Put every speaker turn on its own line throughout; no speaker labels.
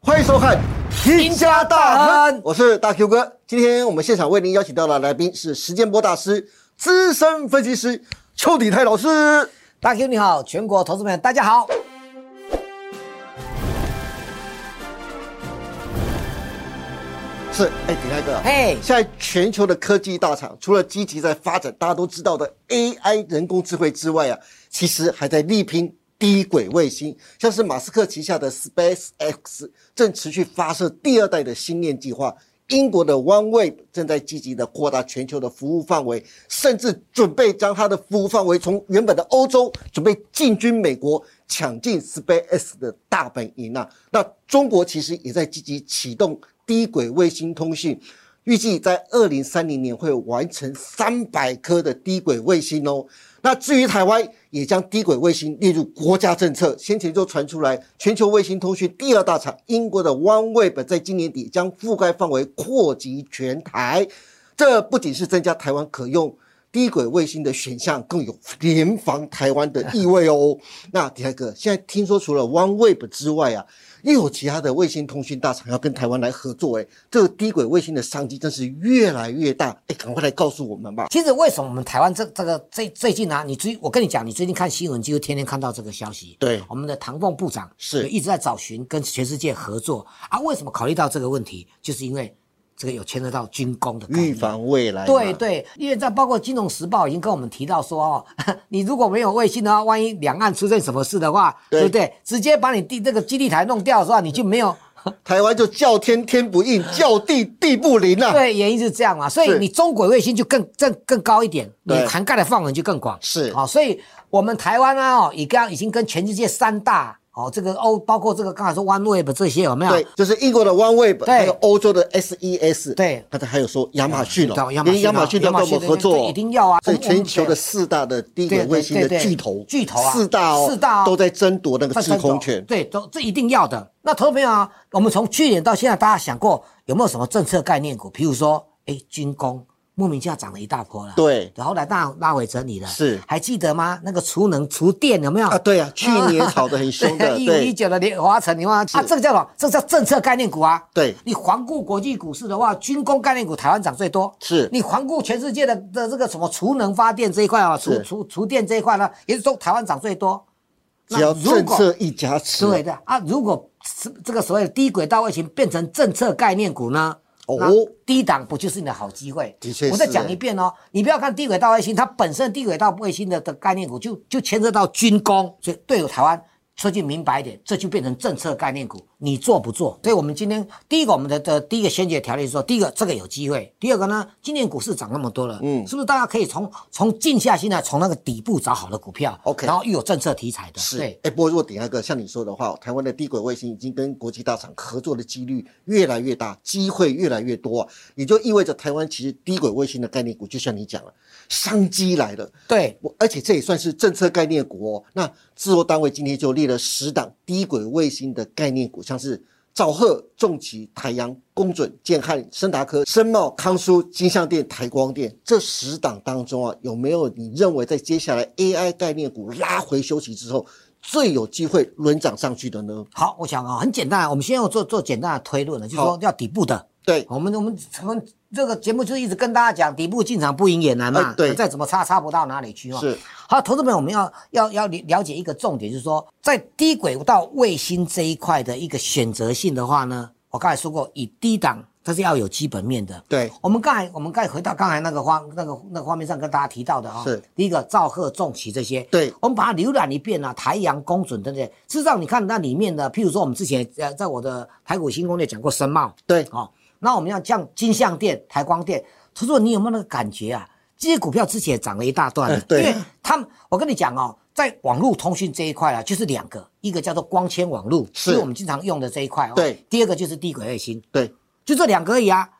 欢迎收看《赢家大
大
亨》，我是大 Q 哥。今天我们现场为您邀请到的来宾是时间波大师、资深分析师邱鼎泰老师。
大 Q 你好，全国投资们大家好。
是，哎，鼎泰哥，
嘿
现在全球的科技大厂除了积极在发展大家都知道的 AI 人工智慧之外啊，其实还在力拼低轨卫星，像是马斯克旗下的 SpaceX 正持续发射第二代的星链计划。英国的 OneWeb 正在积极的扩大全球的服务范围，甚至准备将它的服务范围从原本的欧洲准备进军美国，抢进 SpaceX 的大本营啊。那中国其实也在积极启动低轨卫星通讯，预计在二零三零年会完成三百颗的低轨卫星哦。那至于台湾，也将低轨卫星列入国家政策。先前就传出来，全球卫星通讯第二大厂英国的 OneWeb 在今年底将覆盖范围扩及全台，这不仅是增加台湾可用低轨卫星的选项，更有联防台湾的意味哦。 那迪泰哥，现在听说除了 OneWeb 之外啊，又有其他的卫星通讯大厂要跟台湾来合作，哎，这个低轨卫星的商机真是越来越大，哎，赶快来告诉我们吧。
其实为什么我们台湾这这个最最近啊，你最我跟你讲，你最近看新闻几乎天天看到这个消息。
对
我们的唐凤部长
是
一直在找寻跟全世界合作啊。为什么考虑到这个问题，就是因为这个有牵涉到军工的概念
预防未来嘛，
对对，因为在包括《金融时报》已经跟我们提到说哦， 你如果没有卫星的话，万一两岸出现什么事的话，
对
对不对？直接把你地这个基地台弄掉的话，你就没有。
台湾就叫天天不应，叫地地不灵 啊。，
对，原因是这样嘛，所以
是
你中轨卫星就更更更高一点，你
对
涵盖的范围就更广。
是
好、所以我们台湾啊，哦，已刚已经跟全世界三大哦，这个欧包括这个刚才说 OneWeb 这些有没有？
对，就是英国的 OneWeb，
对
还有欧洲的 E SES，
对
刚才还有说亚马逊
对
哦，
亚马逊啊
连亚马逊都要跟我们合
亚马逊
作哦，
对一定要啊
所以
我们我
全
们
球的四大的低轨
对对
卫星的
对对
巨头，
巨头啊
四大哦，
四大哦
都在争夺那个
分
制
分
空
走
权。
对，都这一定要的。那投资朋友啊，我们从去年到现在，大家想过有没有什么政策概念股？比如说，哎，军工莫名其妙涨了一大波了，
对
然后来大拉回整理了，
是
还记得吗？那个储能、储电有没有
啊，？对啊，去年炒得很凶 的，
一五一
对
九的联华城，你忘了啊？这个叫什么？这个叫政策概念股啊。
对
你环顾国际股市的话，军工概念股台湾涨最多。
是
你环顾全世界的的这个什么储能发电这一块啊，
是
储储储电这一块呢，也是说台湾涨最多。
只要
那如
政
果
策一加持，
对的啊，如果是这个所谓的低轨道卫星变成政策概念股呢？
哦
那低档不就是你的好机会？
的确是
我再讲一遍哦，你不要看低轨道卫星，它本身低轨道卫星的的概念股就就牵涉到军工，所以对台湾说句明白一点，这就变成政策概念股，你做不做？所以我们今天第一个我们的的第一个先决条件是说，第一个这个有机会，第二个呢，今年股市涨那么多了，嗯，是不是大家可以从从静下心来，从那个底部找好的股票
OK
然后又有政策题材的，
是，
对
哎、。不过如果顶那个像你说的话，台湾的低轨卫星已经跟国际大厂合作的几率越来越大，机会越来越多、啊，也就意味着台湾其实低轨卫星的概念股，就像你讲了，商机来了。
对，
我而且这也算是政策概念股哦。那制作单位今天就列了十档低轨卫星的概念股，像是兆赫、重旗、台阳、公准、建汉、深达科、深茂、康舒、金象店、台光电这十档当中啊，有没有你认为在接下来 AI 概念股拉回休息之后，最有机会轮涨上去的呢？
好，我想啊、很简单啊，我们先要做做简单的推论了，就是
好
说要底部的。
对，
我们我们我们这个节目就是一直跟大家讲，底部进场不赢也难嘛，
哎对
再怎么差差不到哪里去哦。
是。
好，投资朋友，我们要要要了了解一个重点，就是说在低轨道卫星这一块的一个选择性的话呢，我刚才说过，以低档它是要有基本面的。
对
我们刚才我们刚才回到刚才那个画那个那个画面上跟大家提到的啊、
是
第一个兆赫、重旗这些，
对
我们把它浏览一遍啊，台阳、公准等等。事实上，你看那里面的，譬如说我们之前呃在我的排骨新攻略讲过深茂，
对，
哦，那我们要像金像店、台光店，他说你有没有那个感觉啊？这些股票之前也涨了一大段了，
哎 对
因为他们，我跟你讲哦，在网络通讯这一块啊，就是两个，一个叫做光纤网络，
是
我们经常用的这一块哦，
对
第二个就是低轨卫星，
对，
就这两个而已啊。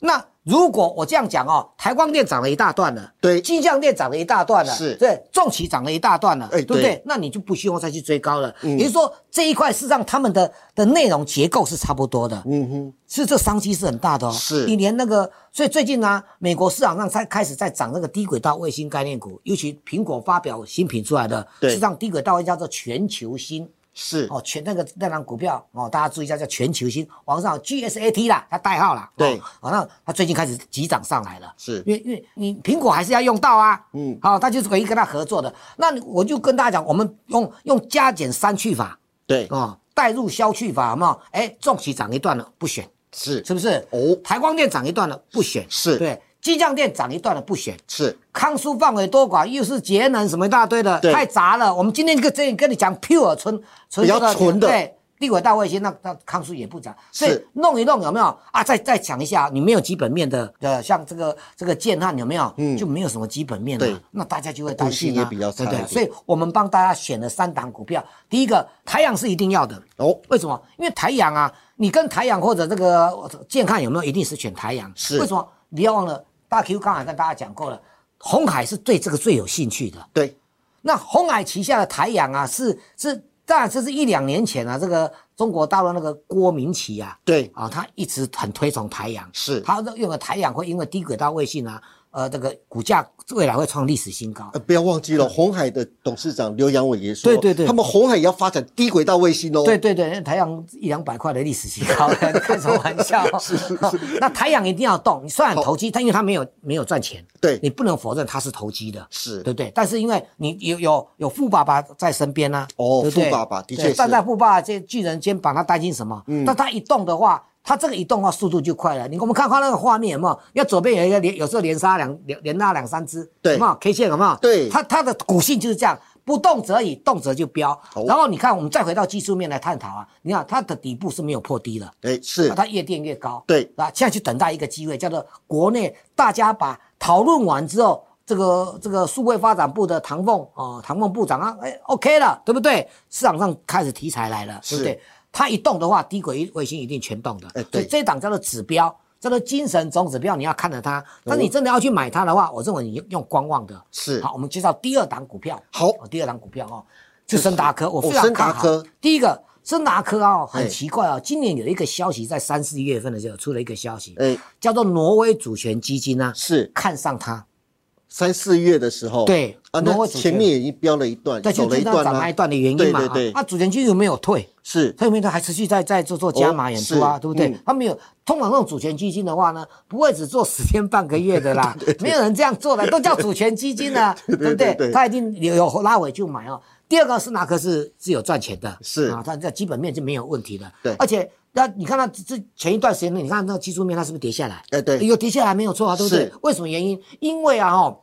那如果我这样讲哦，台光电涨了一大段了，
对
金像电涨了一大段了，
是
对，重企涨了一大段了，
哎
对不对
对？嗯
那你就不希望再去追高了。也就是说，这一块事实上他们的的内容结构是差不多的，
嗯哼，
是这商机是很大的哦。
是
你连那个，所以最近呢、美国市场上才开始在涨那个低轨道卫星概念股，尤其苹果发表新品出来的，
对
实际上低轨道卫星叫做全球星。
是
哦，全那个那档股票哦，大家注意一下叫全球星，网上有 GSAT 啦，它代号啦。
对
哦，哦那它最近开始急涨上来了。
是
因为因为你苹果还是要用到啊，
嗯
嗯，好、它就是可以跟它合作的。那你我就跟大家讲，我们用用加减删去法
对，
哦，代入消去法，好不好？哎，重企涨一段了，不选，
是
是不是？
哦
台光电涨一段了，不选，
是
对，金匠电涨一段了，不选。
是
康舒范围多寡，又是节能什么一大堆的，
对
太杂了。我们今天跟这里跟你讲 pure 纯纯
比较
这个
纯的
对。地轨大卫星，那那康舒也不涨，
是
所以弄一弄有没有啊？再再讲一下，你没有基本面的，呃，像这个这个建汉有没有？
嗯
就没有什么基本面
对
了，那大家就会担心
股性也
啊，
比较差
对不
一
对？
点
所以我们帮大家选了三档股票，第一个台阳是一定要的，
哦，
为什么？因为台阳啊，你跟台阳或者这个健康有没有一定是选台阳？
是
为什么？你要忘了，大 Q 刚才跟大家讲过了，红海是对这个最有兴趣的。
对，
那红海旗下的台阳啊，是是，当然这是一两年前啊，这个中国大陆那个郭明奇啊，
对，
啊，他一直很推崇台阳，
是
他用了台阳会因为低轨道卫星啊，呃，这个股价未来会创历史新高。
呃，不要忘记了，红海的董事长刘扬伟也说，
嗯对对对
他们红海也要发展低轨道卫星哦。
对，对对，那台阳一两百块的历史新高 了，你开什么玩笑？是是是。那台阳一定要动，你虽然投机，但因为它没有没有赚钱，
对
你不能否认它是投机的，
是
对不对？但是因为你有有有富爸爸在身边呐、
哦
对不对
富爸爸的确
对
是
站在富爸爸这巨人肩膀，他担心什么？嗯，但他一动的话。他这个一动的话，速度就快了。你我们看看那个画面有没有？因为左边有一个连，有时候连杀两连连拉两三只，
对
有没有 K 线有没有？
对
它它的股性就是这样，不动则已，动则就飙
好。
然后你看，我们再回到技术面来探讨啊，你看它的底部是没有破低的，啊
哎，是
它越垫越高。
对
啊，现在去等待一个机会，叫做国内大家把讨论完之后，这个这个数位发展部的唐凤啊、呃唐凤部长啊，哎，OK 了，对不对？市场上开始题材来了，对不对
是？
它一动的话，低轨卫星一定全动的。
哎对
所以这一档叫做指标。叫做精神总指标，你要看着
哦
它。但你真的要去买它的话，我认为你用观望的。
是
好，我们介绍第二档股票。
好
哦第二档股票哦，就森达科，我非
哦
常
森达
看好。
科
第一个，森达科啊、很
哎
奇怪哦，今年有一个消息，在三四月份的时候出了一个消息，
哎
叫做挪威主权基金啊，
是
看上它，
三四月的时候，
对
啊，
挪
那
威主
前
权
面已经标了一段，
对，就
走了
就
一
那
段
涨
啦
那一段的原因嘛，
对对
啊，
对，
啊主权基金有没有退？
是
所以面它还持续在在做做加码演出啊，
哦
对不对？
是
他没有，通常这种主权基金的话呢，不会只做十天半个月 的啦，没有人这样做的，都叫主权基金呢、
对
对不
对对
对？他一定有有拉尾就买哦。第二个是哪科是是有赚钱的，
是
啊，它这基本面就没有问题的，
对
而且那你看它这这前一段时间内，你看那个技术面它是不是跌下来？
哎对
有跌下来没有错啊，对不对
是？
为什么原因？因为啊哦，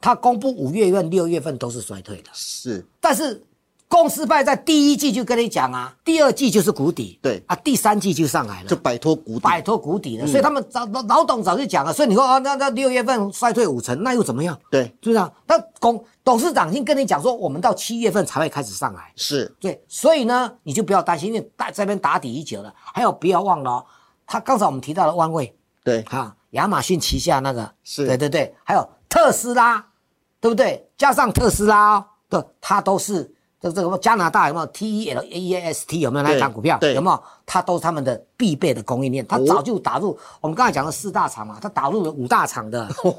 它公布五月份、六月份都是衰退的，
是
但是公司派在第一季就跟你讲啊，第二季就是谷底，
对
啊，第三季就上来
就
了。
摆脱谷底，嗯
嗯摆脱谷底了，所以他们早老老董早就讲了，所以你说啊，那那六月份衰退五成，那又怎么样？
对
是不是啊？那董董事长已经跟你讲说，我们到七月份才会开始上来，
是
对，所以呢，你就不要担心，因为大这边打底已久了。还有，不要忘了、哦，他刚才我们提到了万位，
对
啊，亚马逊旗下那个，
是
对对对，还有特斯拉，对不对？加上特斯拉、哦，对，它都是这这个加拿大有没有 T E L A S T 有没有那一档股票？
对对
有没有？它都是他们的必备的供应链，它
哦
早就打入、我们刚才讲的四大厂嘛，它打入了五大厂 的，
哦
它已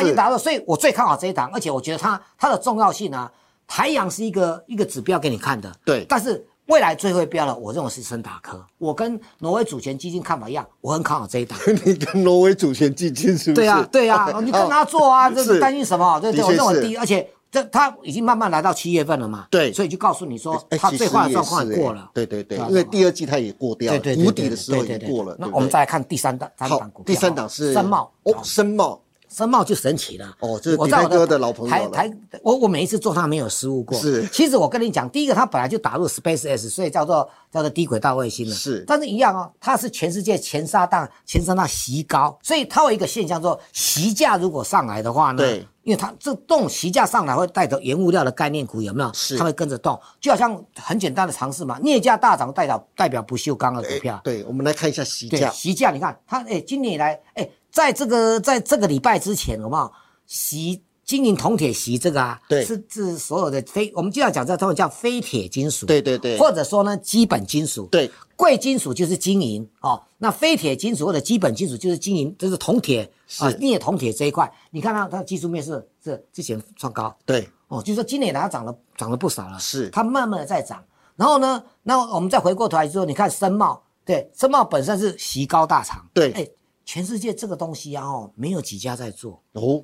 是
经打入，所以我最看好这一档，而且我觉得它它的重要性啊，台阳是一个一个指标给你看的，
对
但是未来最会标的，我认为是森达科，我跟挪威主权基金看法一样，我很看好这一档。
你跟挪威主权基金是不是？
嗯对啊，对啊，你跟他做 啊，
哦
这
是
是担心什么？这
的
这
确
我认为
是
第一，而且这他已经慢慢来到七月份了嘛，
对
所以就告诉你说
哎
他
其
最
实
坏的
也
状况
是
也
哎
过了，
对对对，
吧
因为第二季它也过掉了，
对啊对
谷底的时候
对
已
对对
经过了。
那
对不
我们
对
再来看第三档三档
好
股，票
第
啊，
三档是
森茂
哦，申茂
申茂就神奇了。
哦这是
我在我
迪拜哥的老朋友
台
了
台，我我每一次做他没有失误过。
是
其实我跟你讲，第一个他本来就打入 Space X，所以叫做叫做低轨道卫星了。
是
但是一样哦，它是全世界前三大前三大席高，所以它有一个现象说，席价如果上来的话呢，
对。
因为它这动席价上来会带着原物料的概念股有没有？
是
它会跟着动，就好像很简单的尝试嘛。镍价大涨代表代表不锈钢的股票，
哎对，我们来看一下席
对，
价，
席价，你看它，哎、今年以来，哎、在这个在这个礼拜之前，有没有席金银铜铁席这个啊？
对
是指所有的非，我们经常讲这他们叫非铁金属，
对对对
或者说呢基本金属，
对，
贵金属就是金银哦，那非铁金属或者基本金属就是金银，就是铜铁啊，
是
镍铜铁这一块，你看它它的技术面是是之前创高，
对，
哦，就是说今年它涨了涨了不少了，
是
它慢慢的在涨。然后呢，那我们再回过头来说，你看深茂，对，深茂本身是席高大厂，
对
哎，全世界这个东西啊，哦，没有几家在做，
哦，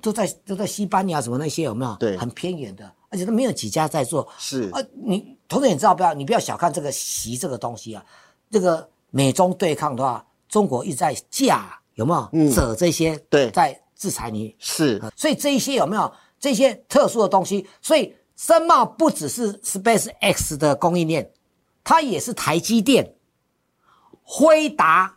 都在都在西班牙什么那些有没有？
对
很偏远的，而且都没有几家在做。
是
啊，你投资人你知道不要，你不要小看这个席这个东西啊，这个美中对抗的话，中国一直在架有没有？
嗯
者这些
对
在制裁你
是
所以这一些有没有这些特殊的东西？所以深茂不只是 Space X 的供应链，它也是台积电、辉达，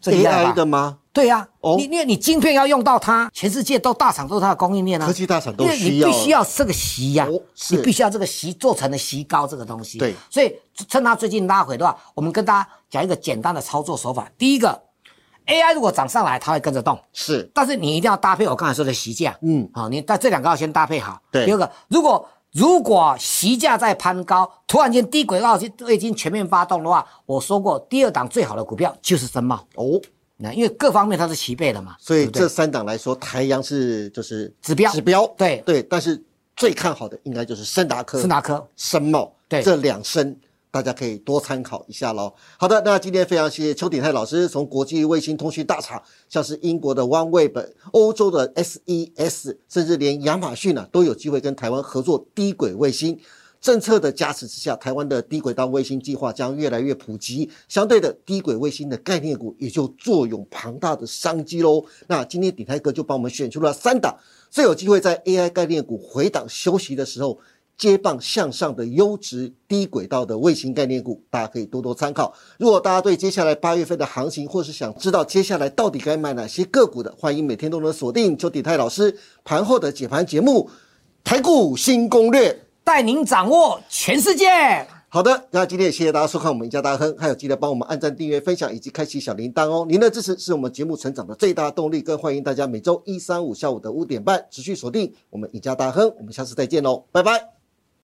这厉害
AI
吧
的？吗？
对呀、
哦
你因为你晶片要用到它，全世界都大厂都是它的供应链啊，
科技大厂都
因为
需
你
要
必须要这个席呀、
哦是
你必须要这个席做成了席膏这个东西。
对
所以趁它最近拉回的话，我们跟大家讲一个简单的操作手法。第一个，AI 如果涨上来，它会跟着动。
是
但是你一定要搭配我刚才说的席价，
嗯
好、你但这两个要先搭配好。
对
第二个，如果如果席价在攀高，突然间低轨道已经全面发动的话，我说过第二档最好的股票就是深茂，
哦，
那因为各方面它是齐备的嘛，
所以
对不对
这三档来说，台阳是就是
指标
指标
对
对，但是最看好的应该就是深达科、
是哪科？
深茂
对
这两声。大家可以多参考一下喽。好的，那今天非常谢谢邱鼎泰老师从国际卫星通讯大厂，像是英国的 OneWeb、欧洲的 SES，甚至连亚马逊呢、啊都有机会跟台湾合作低轨卫星。政策的加持之下，台湾的低轨道卫星计划将越来越普及，相对的低轨卫星的概念股也就坐拥庞大的商机喽。那今天鼎泰哥就帮我们选出了三档最有机会在 AI 概念股回档休息的时候接棒向上的优质低轨道的卫星概念股，大家可以多多参考。如果大家对接下来八月份的行情，或是想知道接下来到底该买哪些个股的，欢迎每天都能锁定邱鼎泰老师盘后的解盘节目《台股新攻略》。
带您掌握全世界。
好的，那今天也谢谢大家收看我们赢家大亨，还有记得帮我们按赞、订阅、分享以及开启小铃铛哦。您的支持是我们节目成长的最大动力，更欢迎大家每周一、三、五下午的五点半持续锁定我们赢家大亨。我们下次再见喽，拜拜。